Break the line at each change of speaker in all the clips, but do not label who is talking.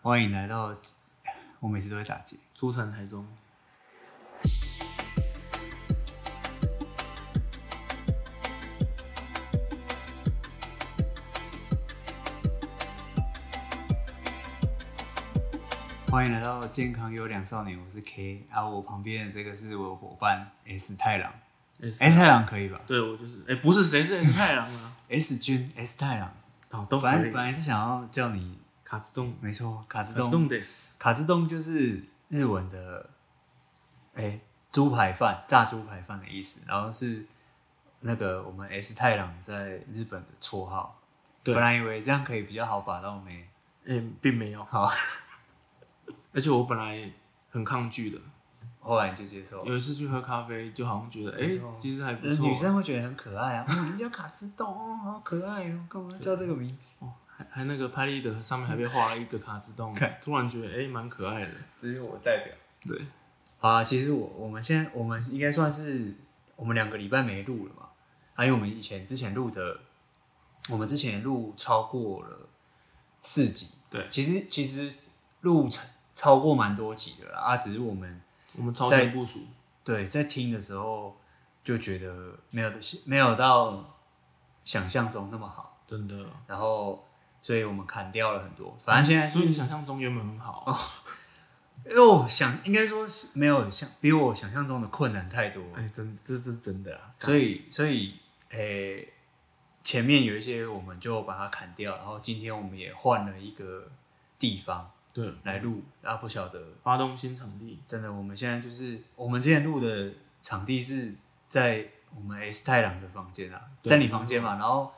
欢迎来到，我每次都会打结。
出产台中，
欢迎来到健康优良少年，我是 K 啊，我旁边的这个是我的伙伴 S 太郎
S
，S 太郎可以吧
哎对我就是，哎、不是谁是 S 太郎 啊？
？S 君 S 太郎，
哦，都
本来
可
本
以。
来是想要叫你，
卡兹洞，
没错，卡兹
卡兹
东，
洞 this，
卡兹东就是日文的，哎，猪排饭，炸猪排饭的意思，然后是那个我们 S 太郎在日本的绰号。
对
本来以为这样可以比较好把到妹，
哎、并没有。
好，
而且我本来很抗拒的，
后来你就接受了。
有一次去喝咖啡，就好像觉得，哎、
没错
其实还不
呃
错。
女生会觉得很可爱啊， 哦，人家卡兹豆哦，好可爱哦，干嘛叫这个名字？
哦，还还那个拍立得上面还被画了一个卡兹 洞
看，
突然觉得，哎、蛮可爱的。
只有我代表。
对，
好啊，其实我我们现在我们应该算是我们两个礼拜没录了嘛，还有我们以前之前录的，我们之前录超过了四集，
对
其实其实录超超过蛮多集的啦，啊，只是我们
我们超前部署，
对，在听的时候就觉得没有没有到想象中那么好，
真的。
然后所以我们砍掉了很多，反正现在是哦
所以你想象中原本很好，啊
因为我想应该说是没有想比我想象中的困难太多，
哎、真这这是真的啊。
所以所以诶、前面有一些我们就把它砍掉，然后今天我们也换了一个地方
对，
来录，啊不晓得
发动新场地，
真的我们现在就是我们之前录的场地是在我们 S 太郎的房间啊，
对
在你房间嘛，然后。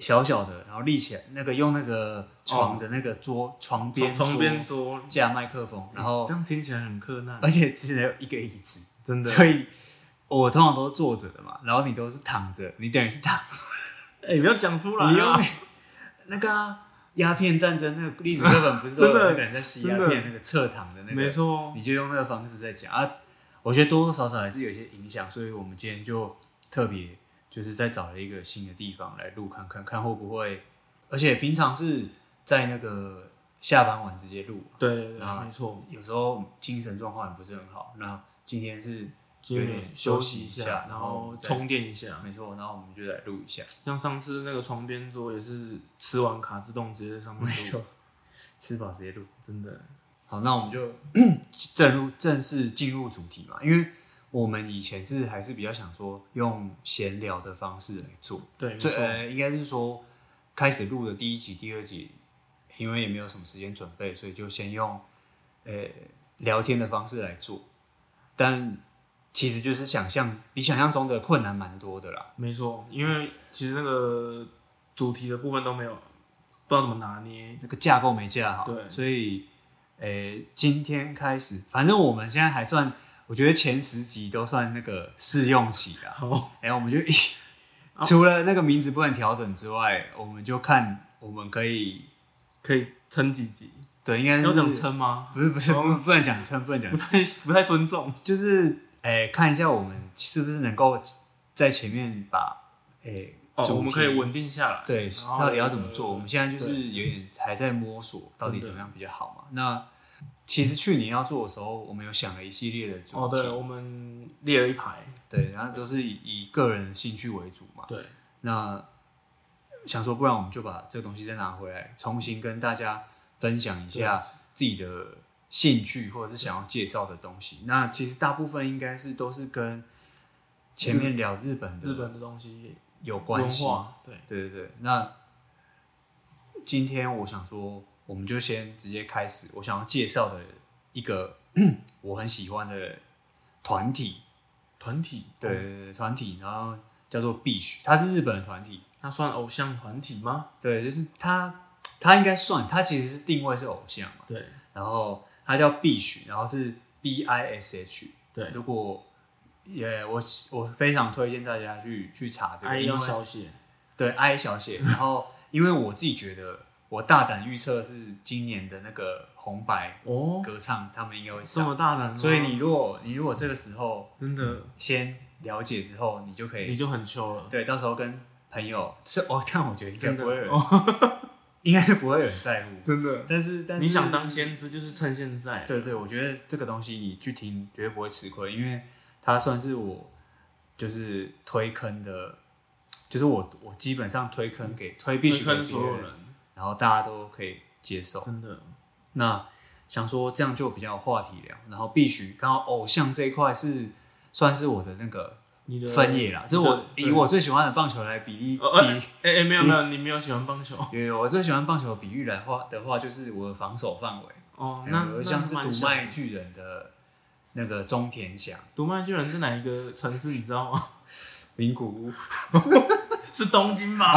小小的，然后立起来，那个用那个床的那个桌、床边哎
床床边
桌
桌，
架麦克风，然后
这样啊听起来很困难
而，且只有一个椅子，
真的。
所以我通常都是坐着的嘛，然后你都是躺着，你等于是躺，
哎、不要讲出来
你
啊
用！那个啊鸦、片战争那个历史课本不是都有
真的
那个人在吸鸦
真
片
的
那个侧躺的那个，
没，错，
你就用那个方式在讲啊。我觉得多多少少还是有一些影响，所以我们今天就特别就是再找了一个新的地方来录，看看看会不会，而且平常是在那个下班晚直接录嘛，
对对
啊
对，没错，
有时候精神状况也不是很好。那今天是
有点休息一
有点休息一
下
下，
然后
再
充电一下。
没错，然后我们就来录一下。
像上次那个床边桌也是吃完卡自动直接在上面
没
录，
错，吃饱直接录。
真的
好，那我们就 正入正式进入主题嘛，因为我们以前是还是比较想说用闲聊的方式来做，
对，没
最
错，
呃应该是说开始录的第一集、第二集，因为也没有什么时间准备，所以就先用呃聊天的方式来做，但其实就是想象比想象中的困难蛮多的啦。
没错，因为其实那个主题的部分都没有，不知道怎么拿捏。
那个架构没架好，
对
所以，诶、今天开始，反正我们现在还算，我觉得前十集都算那个试用期啦。
好，哦
哎、我们 就一、除了那个名字不能调整之外，我们就看我们可以，
可以撑几集？
对，应该是
要怎么？撑吗？
不是不是，不
哦
不能讲称，不能讲
不
称，
太不太尊重。
就是诶、看一下我们是不是能够在前面把诶、
哦，
主题
我们可以稳定下来。
对，
然后
到底要怎么做？
呃
我们现在就是有点还在摸索，到
嗯
底怎么样比较好嘛？那其实去年要做的时候，我们有想了一系列的主题，
哦，对，我们列了一排。
对然后都是以以个人兴趣为主嘛。
对，
那想说，不然我们就把这个东西再拿回来，重新跟大家分享一下自己的兴趣或者是想要介绍的东西。那其实大部分应该是都是跟前面聊日本
日
的
本的东西
有关系
文，化，对，
对对对，那今天我想说，我们就先直接开始。我想要介绍的一个 我很喜欢的团体，
团体，哦
对对对，团体，然后叫做 b 须，它是日本的团体，
那算偶像团体吗？
对，就是它，它应该算，它其实是定位是偶像嘛，
对
然后它叫 b 须，然后是 B I S H，
对，
如果也我我非常推荐大家去去查这个，
，I
因
要
为
小写，
对，I 小写。然后，因为我自己觉得，我大胆预测是今年的那个红白
哦，
歌唱，他们应该会
这
上。
么大胆吗，
所以你如果你如果这个时候
真的
先了解之后，你就可
你
以
就很糗了，
对，到时候跟朋友是哦，但我觉得应该
真
不
的
会有人，
哦，
应该是不会有人在乎。
真的。
但是，但是
你想当先知，就是趁现在。
对对，我觉得这个东西你去听绝对不会吃亏，因为它算是我就是推坑的，就是我我基本上推坑给推必须
嗯推坑所有
人，
人，
然后大家都可以接受。
真的。
那想说这样就比较有话题聊，然后必须刚好偶像这一块是算是我的那个
你的
分野啦，这是我
你的
以我最喜欢的棒球来比例
呃
比。
哎、哎，没有没有，你没有喜欢棒球
有有，我最喜欢棒球的比喻来话的话，就是我的防守范围。嗯
哦。那
有
那
像是
蛮
读
像
卖巨人的那个中田翔、
读卖巨人是哪一个城市？你知道 吗？
名古屋，
是东京吗？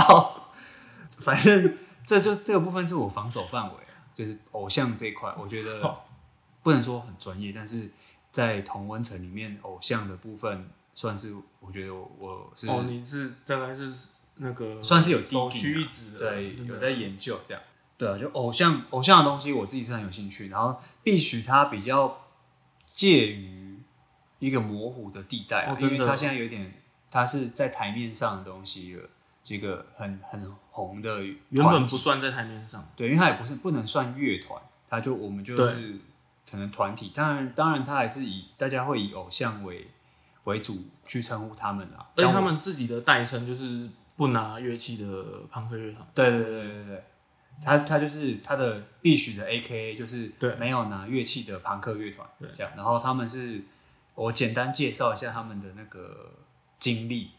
反正这就这个部分是我防守范围啊，就是偶像这一块，我觉得
好
不能说很专业，但是在同温层里面，偶像的部分算是我觉得我我是、
哦，你是大概是那个
算是有低
首屈
级
一指的，
对
真的
有在研究这样。对啊，就偶像偶像的东西，我自己是很有兴趣，然后必须它比较介于一个模糊的地带啊、
哦
因为
真的
它现在有点，它是在台面上的东西了，这个很很红的团体，
原本不算在台面上，
对，因为它也不是不能算乐团，它就我们就是可能团体，当然当然它还是以大家会以偶像为为主去称呼他们啦，
而且
但
他
我
们自己的代称就是不拿乐器的朋克乐团，
对对对对对，他他就是他的必许的 A K A 就是
对
没有拿乐器的朋克乐团
对
这样，然后他们是我简单介绍一下他们的那个经历，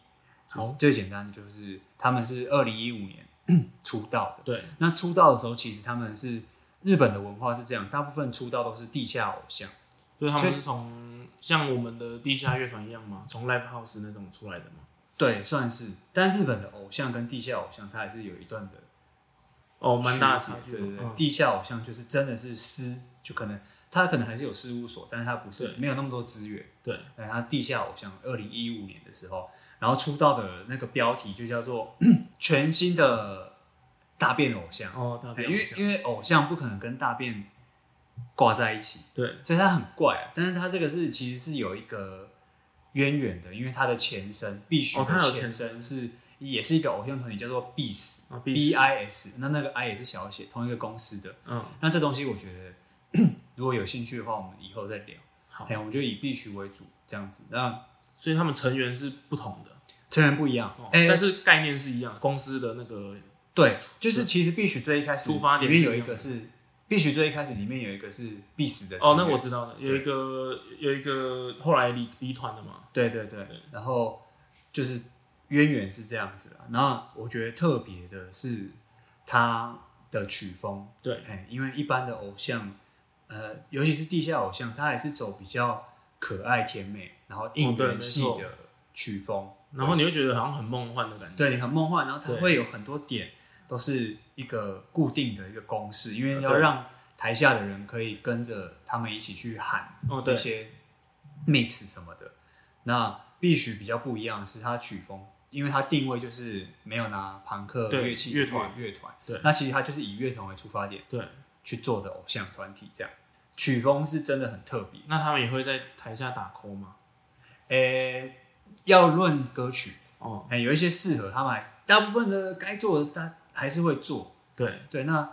好
就是最简单的就是他们是二零一五年 出道的，
对，
那出道的时候其实他们是日本的文化是这样，大部分出道都是地下偶像，
所以他
所
们
以
是从像我们的地下乐团一样嘛，从 live house 那种出来的嘛。
对，算是，但日本的偶像跟地下偶像它还是有一段的
哦，
蛮
蛮
大的
大的
差
差
距。
距，
对对对，
嗯
地下偶像就是真的是私，就可能他可能还是有事务所，但是他不是
对
没有那么多资源。
对，
然后他地下偶像，二零一五年的时候，然后出道的那个标题就叫做全新的大便偶像，
哦，大
哎
表
因为因为偶像不可能跟大便挂在一起，
对
所以他很怪啊。但是他这个是其实是有一个渊源的，因为他的前身必须
哦他有
前
前
身是、也是一个偶像团体，叫做 Beast。
啊
B
，B
I S，那那个 I 也是小写，同一个公司的。
嗯，
那这东西我觉得， 如果有兴趣的话，我们以后再聊。
好
嘿，我们就以必须为主这样子。那
所以他们成员是不同的，
成员不一样
哦，
哎、
但是概念是一样，公司的那个
对，就是其实必须最一开始
出发点
里面
是
有
一
一
样
个是必须最一开始里面有一个是必死的
哦，
成
那
员
我知道了，有一个有一个后来离离团的嘛，
对对对，然后就是渊源是这样子啦。然后我觉得特别的是他的曲风，
对
嘿，因为一般的偶像，呃，尤其是地下偶像，他还是走比较可爱甜美，然后应
哦对
援系
没
的曲风，
然后你会觉得好像很梦幻的感觉，
对，很梦幻。然后它
对
会有很多点都是一个固定的一个公式，因为要
呃对
让台下的人可以跟着他们一起去喊
哦
一
对，
些 mix 什么的。那必须比较不一样的是它曲风，因为它定位就是没有拿朋克
对
乐器
乐团
乐团，
对
那其实它就是以乐团为出发点
对，
去做的偶像团体这样。曲风是真的很特别，
那他们也会在台下打 call 嘛，
诶、要论歌曲，
哦，
诶、有一些适合他们还，大部分的该做的他还是会做，
对，
对，那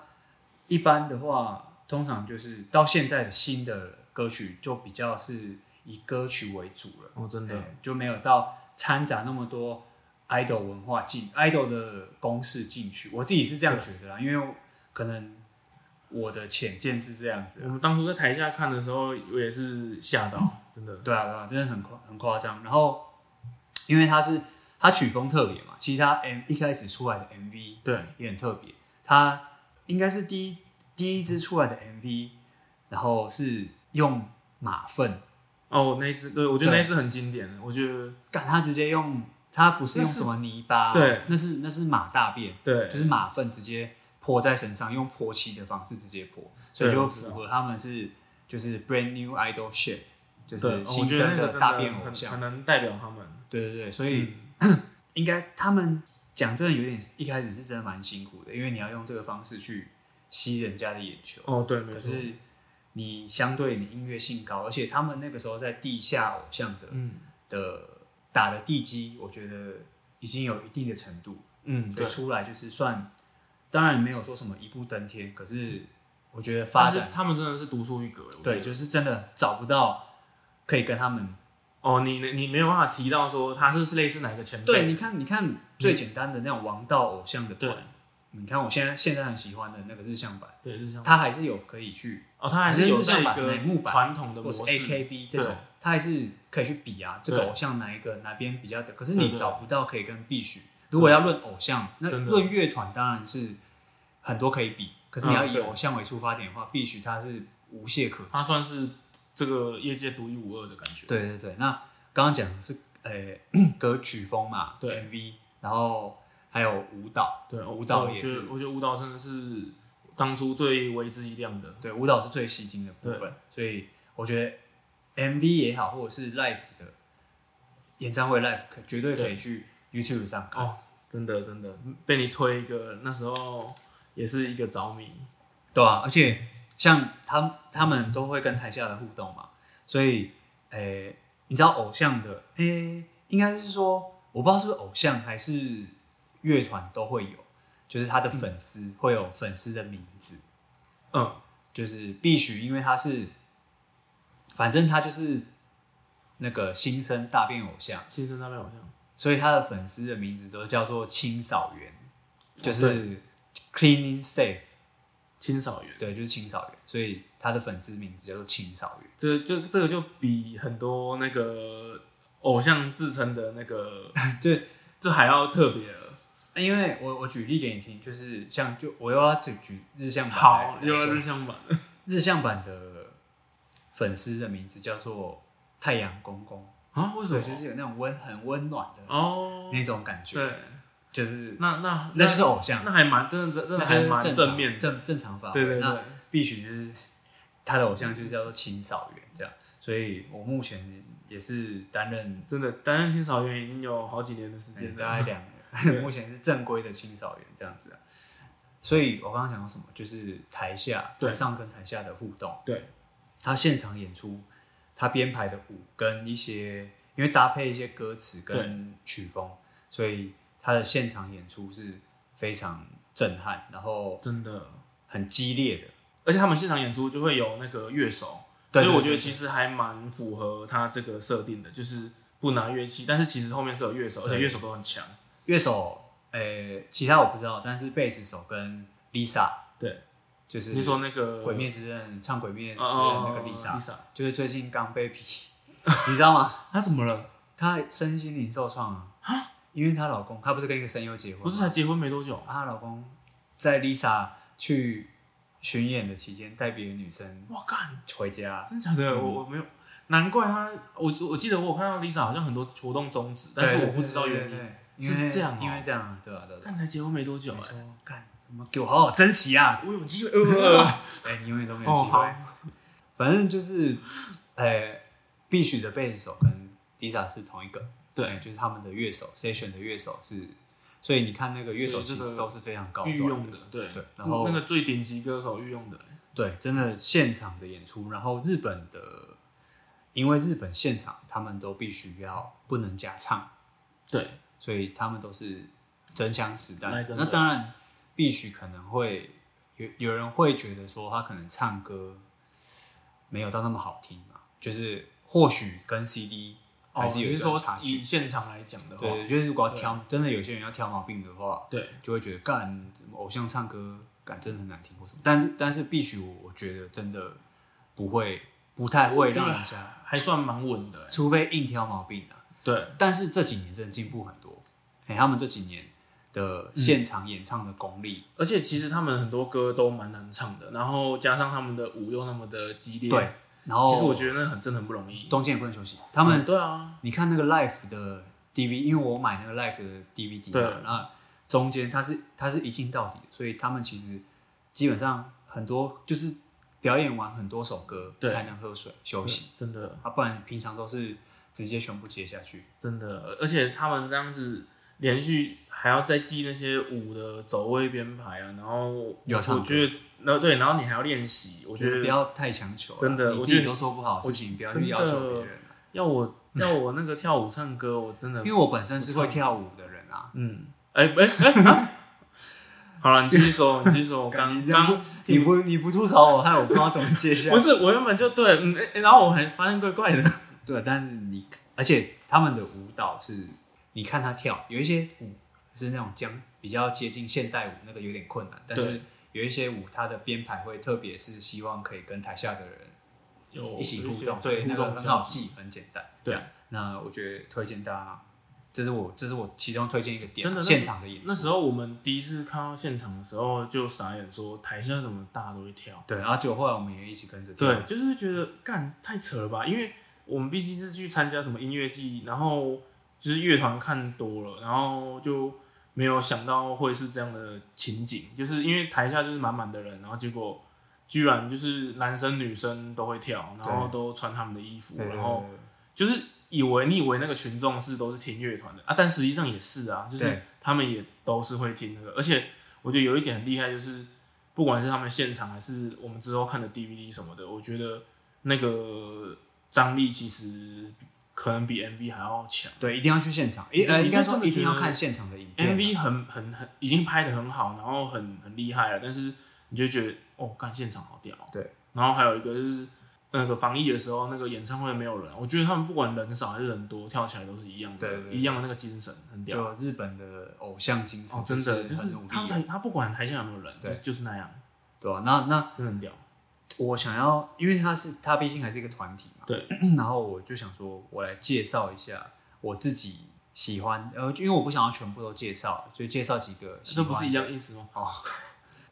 一般的话，通常就是到现在的新的歌曲就比较是以歌曲为主了，
哦，真的，
对，就没有到掺杂那么多 idol 文化进 idol 的公式进去。我自己是这样觉得啦，因为可能我的浅见是这样子
我
啊。
们当初在台下看的时候，我也是吓 到，真的，
对啊，对啊，真的很夸很夸张。然后，因为他是他曲风特别嘛，其实他 M 一开始出来的 MV
对，
也很特别。它应该是第一第一支出来的 MV，然后是用马粪，
哦，那一次，对我觉得
对
那一次很经典，我觉得
干它直接用，它不是用
那是
什么泥巴，
对
那是那是马大便，
对
就，是马粪直接泼在身上，用泼漆的方式直接泼，所以
对
就
我知
符合他们是就是 brand new idol shit，就
对，
是
我
新
觉得
生
那个
的
真
大便
的
偶
很
像嗯
很，嗯能代表他们，
对对对，所以。应该他们讲真的有点一开始是真的蛮辛苦的，因为你要用这个方式去吸人家的眼球。
哦，对，没
可
错，
是你相对你音乐性高，而且他们那个时候在地下偶像的、
嗯
的打的地基，我觉得已经有一定的程度，
嗯，
所
对
以，出来就是算当然没有说什么一步登天，可是我觉得发
但
展
是他们真的是独树一格。我觉得
嗯对，就是真的找不到可以跟他们。
哦，你你没有办法提到说他是类似哪个前辈，
对，你嗯看，你看最简单的那种王道偶像的
对
团，你看我现在现在很喜欢的那个日向版，
对，就是像
它还是有可以去，
哦，他还是有这
日向版乃木
个
坂
传统的
或
模
是
式
AKB 这种
对，
它还是可以去比啊，这个
对
偶像哪一个哪边比较的，可是
对
你
对
找不到可以跟必须。如果要论偶像，那
真的
论乐团当然是很多可以比，可是你要
嗯
以
对
偶像为出发点的话，必须它是无懈可击。
他算是这个业界独一无二的感觉。
对对对，那刚刚讲的是呃 歌曲风嘛，
对
MV，然后还有舞蹈，
对，
舞蹈
我
也
觉
是
得，我觉得舞蹈真的是当初最为之一亮的。
对，舞蹈是最吸睛的部分，所以我觉得 MV 也好，或者是 live 的演唱会 live，可绝对可以去 YouTube 上看。
哦，真的真的被你推一个，那时候也是一个着迷。
对啊，而且像他他们都会跟台下的互动嘛，所以诶、你知道偶像的诶、应该是说我不知道是不是偶像还是乐团都会有，就是他的粉丝会有粉丝的名字，
嗯，
就是必须，因为他是，反正他就是那个新生大变偶像，
新生那边好像
所以他的粉丝的名字都叫做清扫员，就
哦
是 cleaning staff，
清扫员，
对，就是清扫员，所以他的粉丝名字叫做清扫员。
这个就这个就比很多那个偶像自称的那个
对，
这还要特别了。
因为我我举例给你听，就是像就我又要举举日向版来，
好，
来
有了
说
日向版，
日向版的粉丝的名字叫做太阳公公，
啊？为什
对，
么？
就是有那种温很温暖的
哦，
那种感觉，
对，
就是
那那
那就是偶像
那还蛮真的，真的
那
还
还
蛮正面的。
正正常发挥。
对对对
那，必须就是他的偶像就是叫做清扫员这样，所以我目前也是担任
真的担任清扫员已经有好几年的时间
嗯
了。
大概两
对
年， 目前是正规的清扫员这样子啊。所以我刚刚讲到什么，就是台下
对
台上跟台下的互动，
对，
他现场演出，他编排的舞跟一些，因为搭配一些歌词跟曲风，所以他的现场演出是非常震撼，然后
真的，
很激烈的。
而且他们现场演出就会有那个乐手，
对
所以
对
我觉得
对
其实还蛮符合他这个设定的，就是不拿乐器，但是其实后面是有乐手，而且
对
乐手都很强。
乐手，呃，其他我不知道，但是贝斯手跟 Lisa
对，
就是
你说那个
《鬼灭之刃》唱《鬼灭之刃》那个
哦
Lisa，、
Lisa
就是最近刚被批，你知道吗？
他怎么了？
她身心灵受创啊，因为她老公，她不是跟一个声优结婚吗，
不是才结婚没多久，
她老公在 Lisa 去巡演的期间带别的女生
哇干，
回家，
真假的？我我没有，难怪他，我我记得我有看到 Lisa 好像很多活动终止，但是我不知道原
对
因。，
对对对因为
是这样哦
因为这样啊，对啊，对啊对啊，
但才结婚没多久
没
哎、
错，干什么给我好好珍惜啊！
我 有机会，呃，
哎、你永远都没有
哦
机会。
好
反正就是，呃，必须的贝斯手跟 Lisa 是同一个，
对，
就是他们的乐手 session 的乐手是，所以你看那个乐手
所
其
以这个
实都是非常高端
御用的，对
对然后
那个最顶级歌手御用的、哎
对，真的现场的演出，然后日本的，因为日本现场他们都必须要不能假唱，
对，
所以他们都是真枪实
那
弹。
真的
那当然，必须可能会有有人会觉得说他可能唱歌没有到那么好听嘛，就是或许跟 CD 还是有
你
一
哦是
段
说
差距。
以哦现场来讲的话，
对，就是如果要挑，真的有些人要挑毛病的话，
对
就会觉得干偶像唱歌干真的很难听或什么，但是但是必须我我觉得真的不会不太会让人家，
还算蛮稳的、欸
除非硬挑毛病啊。
对，
但是这几年真的进步很多，哎、他们这几年的现场演唱的功力，
而且其实他们很多歌都蛮难唱的，然后加上他们的舞又那么的激烈，
对，然后
嗯其实我觉得那很真的很不容易。
中间也不能休息，他们、
嗯对啊，
你看那个 Life 的 DV，因为我买那个 Life 的 DVD，
对
嘛那中间它是它是一镜到底的，所以他们其实基本上很多就是表演完很多首歌
对
才能喝水休息，
真的
啊，不然平常都是直接全部接下去。
真的，而且他们这样子连续还要再记那些舞的走位编排啊，然后
有唱歌
我觉得，然后对，然后你还要练习，我
我
觉
觉
得
得不要太强求啦，
真的
你
我
自
觉
己
得
都做不好的
我
事情，不要
真
去要求
的
别人啊啦。
要我要我那个跳舞唱歌，我真的
因为我本身是会跳舞的人啊，
嗯，哎哎哎，啊 好了，你继续说，你继续说，我
干
刚
你这样不
刚
你不你不吐槽我，害我不知道怎么接下。
不，是我原本就对，嗯，诶然后我还发现怪怪 的，
对，但是你而且他们的舞蹈是，你看他跳，有一些舞是那种将比较接近现代舞，那个有点困难，但是
对
有一些舞它的编排会特别是希望可以跟台下的人
有
一起
哦有
互
些
动，对，那个很
这样
好
子
记，很简单。
对
这样，那我觉得推荐大家，这是我这是我其中推荐一个点，啊
真的那
现场的演出。
那时候我们第一次看到现场的时候就傻眼说，台下怎么大家都会跳？
对，然后就后来我们也一起跟着跳
对，就是觉得干太扯了吧，因为我们毕竟是去参加什么音乐季，然后就是乐团看多了，然后就没有想到会是这样的情景，就是因为台下就是满满的人，然后结果居然就是男生女生都会跳，然后
对
都穿他们的衣服，
对，
然后就是以为你以为那个群众是都是听乐团的啊，但实际上也是啊，就是
对
他们也都是会听那个，而且我觉得有一点很厉害，就是不管是他们现场还是我们之后看的 DVD 什么的，我觉得那个张力其实可能比 MV 还要强。
对，一定要去现场，一呃，
你
应
是
该说
真的
一定
觉
要
得
看现场的影片啊。
MV 很很很已经拍的很好，然后很很厉害了，但是你就觉得哦，干现场好屌、哦。
对，
然后还有一个就是那个防疫的时候，那个演唱会没有人，我觉得他们不管人少还是人多，跳起来都是一样的，
对对对
一样的那个精神，很屌。
就日本的偶像精神，
哦，真的
就
就是
很
是
努力
他
啊，
台他不管台下有没有人，就
对
是就是那样，
对吧、那那
真的很屌。
我想要，因为他是他毕竟还是一个团体嘛，
对。
然后我就想说，我来介绍一下我自己喜欢，呃，因为我不想要全部都介绍，所以介绍几个喜
这
欢。
不是一样意思吗？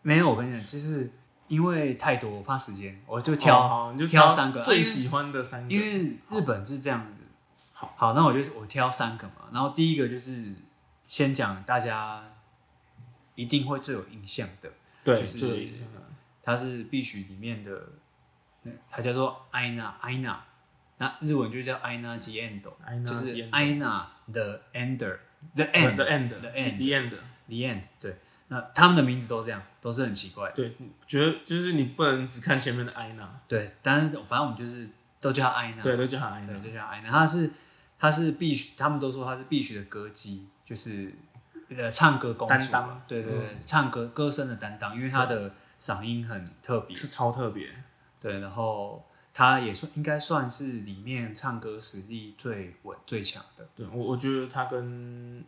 没有，我跟你讲，就是因为太多，我怕时间，我就
哦
挑，
好你就
挑三个啊
最喜欢的三个，
因为日本是这样子。
好，
好，那我就我挑三个嘛，然后第一个就是先讲大家一定会最有印象的，
对，
就是
最
它是必须里面的，嗯它叫做艾娜艾娜，那日文就叫艾娜及 end，
Aina
就
the
是
Endo
艾娜 the ender the end
end the end
the
the
end
end，
the end，对，那他们的名字都这样，都是很奇怪，
对，觉得就是你不能只看前面的艾娜，
对，但是反正我们就是都叫她艾娜，
对，都叫她艾
对，
娜，
就叫艾娜，她是她是必须，他们都说她是必须的歌姬，就是呃唱歌公主，
担当嗯
对对对，唱歌歌声的担当，因为她的嗓音很特别，
这超特别。
对，然后他也算应该算是里面唱歌实力最稳最强的。
对我，我觉得他跟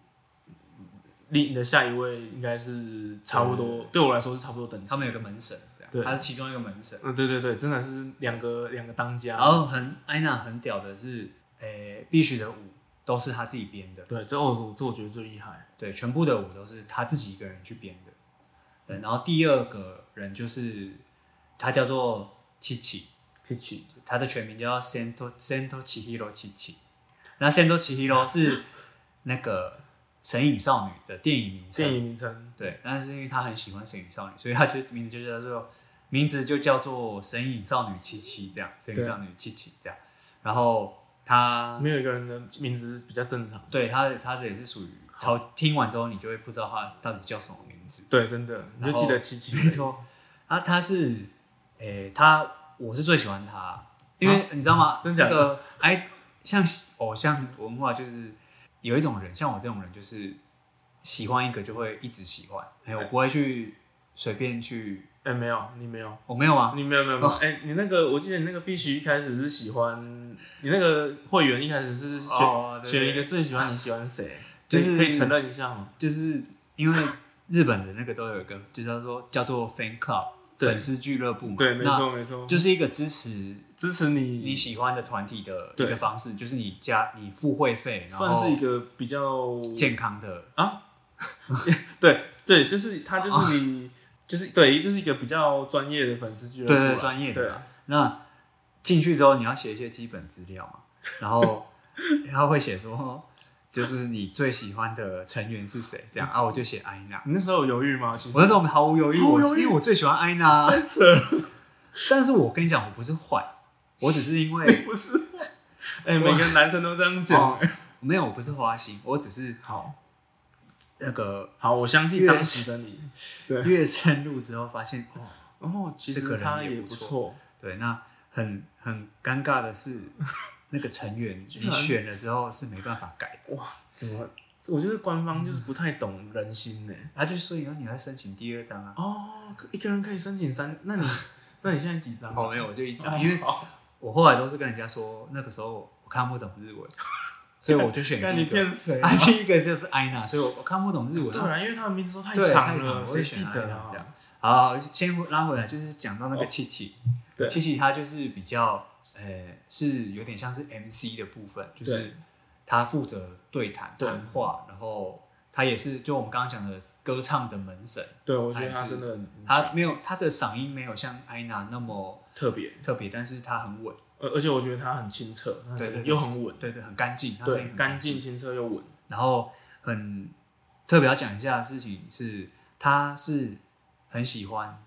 你的下一位应该是差不多，对我来说是差不多等级。
他们有个门神，这样
对
他是其中一个门神。
嗯，对对对，真的是两个两个当
然
家。
后很安娜很屌的是，诶，必须的舞都是他自己编的，
对，这我这我觉得最厉害。
对，全部的舞都是他自己一个人去编的。对，然后第二个人就是他叫做七七，
t i c h
他的全名叫 Sento Sento Chihiro 七七。那 Sento Chihiro 是那个《神隐少女》的电影名称
电。影名称
对，但是因为他很喜欢《神隐少女》，所以他就名字就叫做名字就叫做《神隐少女七七》这样，《神隐
对
少女七七》这样。然后他
没有一个人的名字比较正常。
对他他这也是属于超听完之后，你就会不知道他到底叫什么名字。
对，真的，你就
然后
记得七七。
没错，啊，他是诶、他我是最喜欢他，因为你知道吗？
啊真假的
那个哎，像偶像文化就是有一种人，像我这种人，就是喜欢一个就会一直喜欢，哎、我不会去随便去。
哎，没有，你没有，
我没有啊，
你没有没有没有。哎，你那个，我记得你那个必须一开始是喜欢你那个会员一开始是
哦对对
选选一个最喜欢你喜欢谁，
就是
可以可以承认一下吗？
就是因为日本的那个都有一个，就叫做叫做 fan club
对
粉丝俱乐部嘛，
对，没
那，
错没错，
就是一个支持
支持
你喜欢的团体的一
对
个方式，就是你加你付会费，然
算
后
是一个比较
健康的，
对对，就是他
啊
就是你、就是对，就是一个比较专业的粉丝俱乐部啦，
对对专业的
对啊，
那进去之后，你要写一些基本资料嘛，然后 他会写说，就是你最喜欢的成员是谁，这样啊，我就写艾娜。
你那时候有犹豫吗？其实
我那时候毫无犹豫，
毫无
我
犹豫
因为我最喜欢啊艾娜，
太扯了，
但是我跟你讲，我不是坏，我只是因为
不是。哎、每个男生都这样讲、
哦没有，我不是花心，我只是
好
那个
好，我相信
越
当时的你。对
越深入之后发现，哦，
然后其
这
实
个人
他
也不
不
错
错，
对，那很很尴 尬的是，那个成员
居然
你选了之后是没办法改的，
哇，怎么这我觉得官方
嗯
就是不太懂人心呢、
他就说以后你要申请第二张啊。
哦，可一个人可以申请三，那你那你现在几张？哎
哦，没有，我就一张，因为我后来都是跟人家说，那个时候我看不懂日 文，所以我就选
看
第
你
一个。
骗谁？
啊，第一个就是艾娜，所以我我看不懂日文。
对啊，因为他的名字都太
对，
长
太
了，
我
谁
也
记
选
得
这样
啊？。哦
好，先拉回来，就是讲到那个七七，
对
七七他就是比较呃，是有点像是 MC 的部分，就是
对
他负责对谈
对
谈话，然后他也是就我们刚刚讲的歌唱的门神，
对，我觉得
还
他
是
真的很
他没有他的嗓音没有像艾娜那么
特别，
特别，但是他很稳，
而而且我觉得他很清澈，他
对，对
是
对
又很稳，
对对，很干净，他声音
对，
很
干净、清澈又稳。
然后很特别要讲一下的事情是，他是很喜欢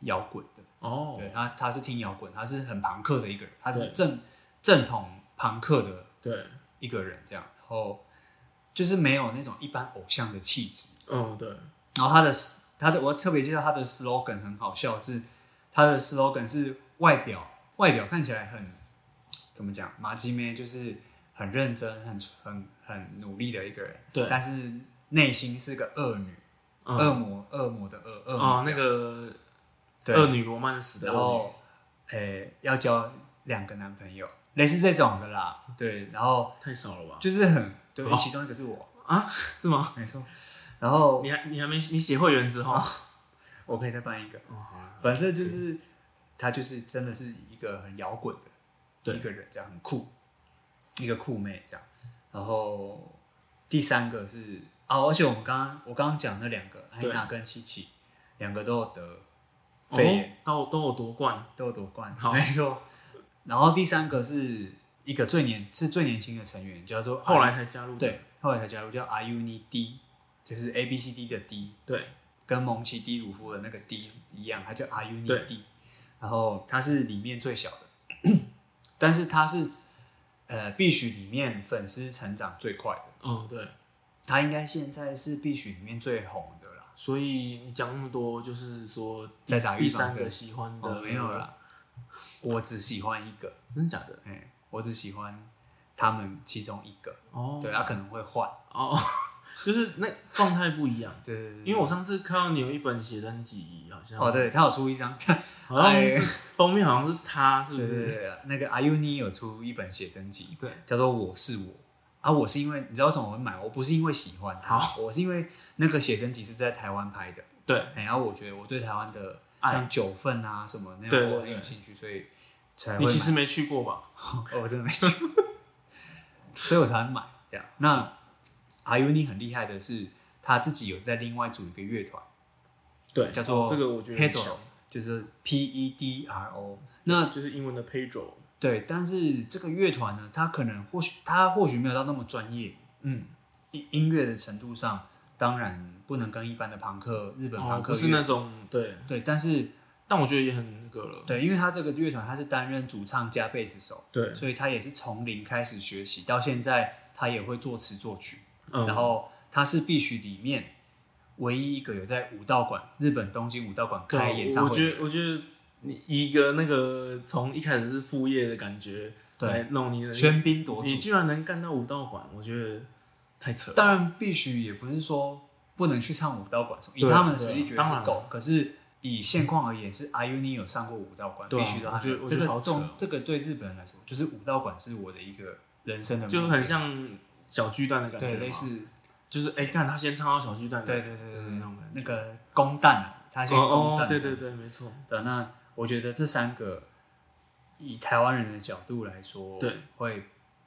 摇滚的，
哦
对他他是听摇滚，他是很朋克的一个人，他是
对
正正统朋克的
对，
一个人这样，然后就是没有那种一般偶像的气质。
嗯，对，
然后他的他的我特别介绍他的 slogan 很好笑，是他的 slogan 是外表外表看起来很怎么讲马吉妹就是很认真、很很很努力的一个人，
对
但是内心是个恶女、恶
嗯，
魔、恶魔的恶恶魔
哦，
这
那
样
个
对
恶女罗曼史的
然
恶女，
后诶、要交两个男朋友，类似这种的啦，对，然后
太 少了吧？
就是很对，
哦
其中一个是我，
啊，是吗？
没错，然后
你还你还没你写会员之后，哦，
我可以再办一个。
好啊
反正就是他就是真的是一个很摇滚的
对
一个人，这样很酷，一个酷妹这样。然后第三个是啊，而且我们刚刚我刚刚讲那两个安
对
娜跟琪琪，两个都有得
哦
肺炎，
都都有夺冠，
都有夺冠，
好
没错。然后第三个是一个最年是最年轻的成员，叫做
后来才加入的，
对后来才加入叫 I U N I D，就是 A B C D 的 D，
对
跟蒙奇 D 鲁夫的那个 D 一样，它叫 R U N I
对
D，然后它是里面最小的，但是它是呃必须里面粉丝成长最快的，
嗯对，
它应该现在是必须里面最红的啦。
所以你讲那么多，就是说第
在打预
第
防
三
针
个喜欢
哦，
的
没有，啦，我只喜欢一个，
真的假的？
哎、我只喜欢他们其中一个，
哦，
对，他、可能会换，
哦， 就是那状态不一样。
对对对，
因为我上次看到你有一本写真集，好像
哦，对他有出一张，
好像 是封面，好像是他，是不
对对
是？
对，那个 I U N I 有出一本写真集，
对，
叫做《我是我》啊，我是因为你知道为什么我会买？我不是因为喜欢它，我是因为那个写真集是在台湾拍的，
对，
哎然后我觉得我对台湾的
爱
像九份啊什么那
对
样
对
我很有
对
兴趣，所以才会
你其
买。
实没去过吧？
哦，我真的没去，所以我才会买这样。那阿 U 尼很厉害的是，他自己有在另外组一个乐团，
对哦
叫做
这个我觉得很
Pedro，
强，
就是 P E D R O。那
就是英文的 Pedro，
对，但是这个乐团呢，它可能或许它或许没有到那么专业，
嗯，
音音乐的程度上，当然不能跟一般的朋克日本
哦
朋，克
不是
乐
那种对，
对，但是
但我觉得也很那个了，
对，因为他这个乐团他是担任主唱加贝斯手，
对，
所以他也是从零开始学习，到现在他也会作词作曲，
嗯，
然后他是必须里面唯一一个有在武道馆日本东京武道馆
对
开演唱
我我
会，
觉得，我觉得你以一个那个从一开始是副业的感觉
对
来弄你的，
喧宾夺主
你。居然能干到武道馆，我觉得太扯了。
当然，必须也不是说不能去唱武道馆什么，以
对啊
他们的实力绝
对啊当
对
然
是
了
够。可是以现况而言，是 IUNI 有上过武道馆，
对
必
啊
须的。
我觉得我
这
觉
个
得好扯
重
哦，
这个对日本人来说，就是武道馆是我的一个人生的目标，
就很像小巨蛋的感觉
对
嘛，
类似
就是哎，看、他先唱到小巨蛋的，
对对对对
就是
对
那种感觉。
那个公蛋啊，他先公
哦哦
蛋，，
对对对，没错，
对。啊那我觉得这三个以台湾人的角度来说，
对，
会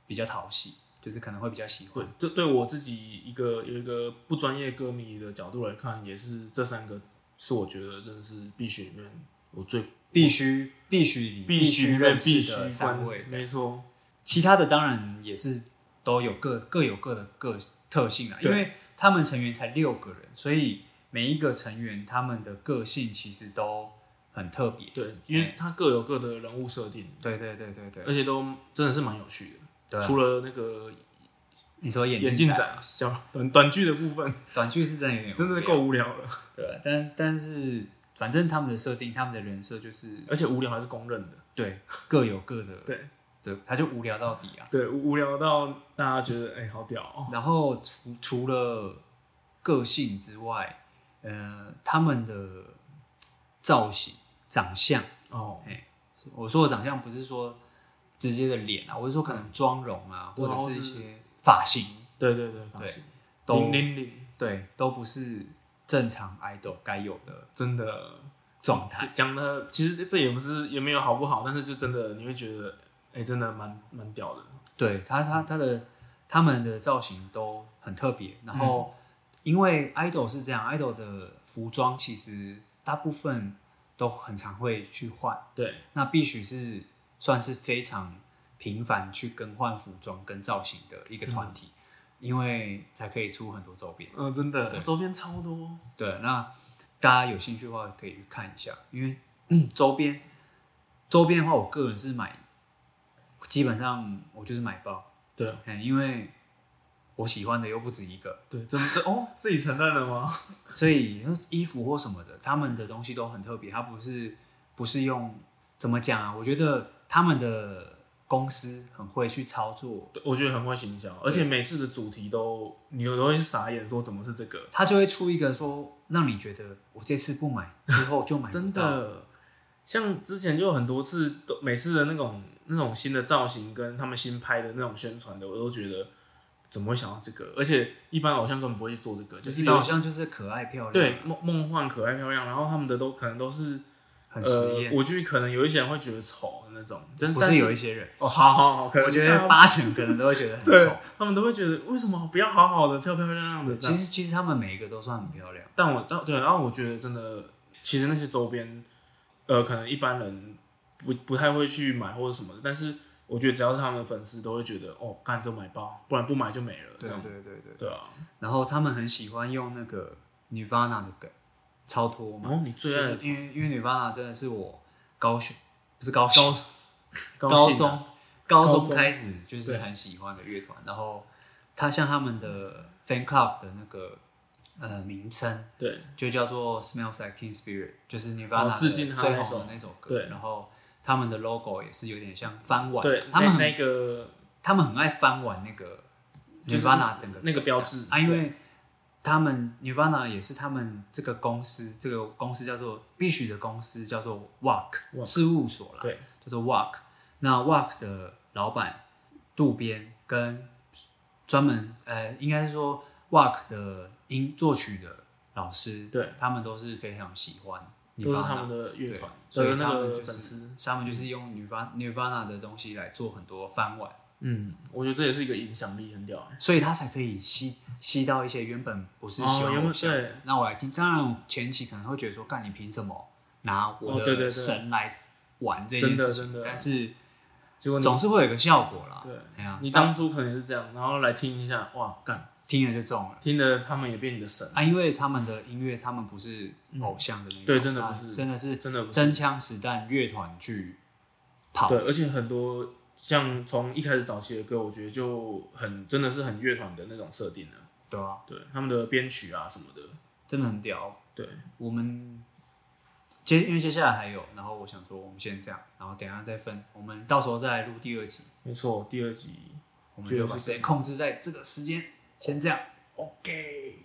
比较讨喜，就是可能会比较喜
对
欢。，
这对我自己一个有一个不专业歌迷的角度来看，也是这三个是我觉得真的是必须里面我最
必须必须
必须
须
里面
认识
必须
的
关
三位，
没错，
其他的当然也是都有各各有各的各特性啊，因
对
为他们成员才六个人，所以每一个成员他们的个性其实都很特别。
对，因为他各有各的人物设定，
对对对对对
而且都真的是蛮有趣的。
对啊
除了那个
你说眼
眼
镜
镜仔啊小短短剧的部分，
短剧是真的有点
真的
无聊
够无聊了，
对啊，但但是反正他们的设定，他们的人设就是
而且无聊还是公认的。
对各有各的
对
对，他就无聊到底啊。
对，无无聊到大家觉得哎、好屌、哦，
然后除除了个性之外，呃，他们的造型、长相，
哦，
我说的长相不是说直接的脸啊，我是说可能妆容啊，
嗯对
或者
或
是一
是
些发型，
对对对，发型
都
零零零，
对，都不是正常 idol 该有的
真的
状态。
讲的其实这也不是也没有好不好，但是就真的你会觉得，哎、真的蛮蛮屌的，
对他，他他的他们的造型都很特别。然后，
嗯
因为 idol 是这样，idol 的服装其实大部分都很常会去换，
对，
那必须是算是非常频繁去更换服装跟造型的一个团体，因为才可以出很多周边。
嗯、真的
对
周边超多，
对，那大家有兴趣的话可以去看一下，因为、 嗯周边周边的话，我个人是买，基本上我就是买包。
对
嗯，因为我喜欢的又不止一个，
对，真的哦，自己承认了吗？
所以衣服或什么的，他们的东西都很特别。他不是不是用怎么讲啊？我觉得他们的公司很会去操作，
对我觉得很会行销，而且每次的主题都你都会傻眼，说怎么是这个？
他就会出一个说让你觉得我这次不买之后就买不到
真的，像之前就有很多次，都每次的那种那种新的造型跟他们新拍的那种宣传的，我都觉得怎么会想到这个？而且一般偶像根本不会做这个，就
就是是
有
好像就是可爱漂亮，
对，梦梦幻、可爱、漂亮，然后他们的都可能都是
很
呃
实，验。
我觉得可能有一些人会觉得丑的那种，但
不
但
是
是
有一些人，
哦，好好好，可能
我觉
大
得
家
八成可能都会觉得很
对
丑。，
他们都会觉得为什么不要好好的、漂漂亮亮的这
其
样？
实其实他们每一个都算很漂亮，
但我但对，然后我觉得真的，其实那些周边，呃，可能一般人不不太会去买或者什么的，但是我觉得只要是他们的粉丝，都会觉得哦，干就买包，不然不买就没了，这样
对对对。
对啊。
然后他们很喜欢用那个 Nirvana 的梗超脱嘛，
然后你最
就
爱
是
的
因为因为 Nirvana 真的是我高学不是高学
高
高
兴啊
中高
高
中
中
开始就是很喜欢的乐团，然后他像他们的 fan club 的那个呃名称
对
就叫做 Smells Like Teen Spirit，就是
哦
Nirvana
致敬他
的
那
最
首
红的那首歌，
对
然后他们的 logo 也是有点像翻碗，啊
对，
他们
那
很
那个
他们很爱翻碗那个
就是
Nirvana 整个
那个标志
啊，因为他们 Nirvana 也是他们这个公司，这个公司叫做必须的公司叫做 WAC 事务所啦，
对
叫做 WAC。那 WAC 的老板渡边跟专门呃，应该是说 WAC 的音作曲的老师，
对，
他们都是非常喜欢 Nirvana，
都是他们的乐
对
团，
所以
的那
他
个
们就
粉
是
丝。
他们就是用 Nirvana Nirvana 的东西来做很多翻碗。
嗯，我觉得这也是一个影响力很屌、欸。
所以他才可以吸吸到一些原本不是喜
哦
欢
原本
偶像的。
对
那我来听，当然我前期可能会觉得说，干你凭什么拿我
哦对对对
的神来玩这件事情？
真的真的
但是
结果你
总是会有一个效果啦。
对
哎呀，
你当初可能是这样，然后来听一下，哇，干，
听了就中了
听了他们也变你的神，
啊！因为他们的音乐，他们不是偶像的那种，
对真的
啊
不是
真的是
真的不是
真枪实弹乐团去跑。
对，而且很多像从一开始早期的歌，我觉得就很真的是很乐团的那种设定了，
对啊，
对，他们的编曲啊什么的，
真的很屌。
对，
我们接因为接下来还有，然后我想说我们先这样，然后等一下再分，我们到时候再录第二集。
没错，第二集
我们就把时间控制在这个时间，先这样。
，OK。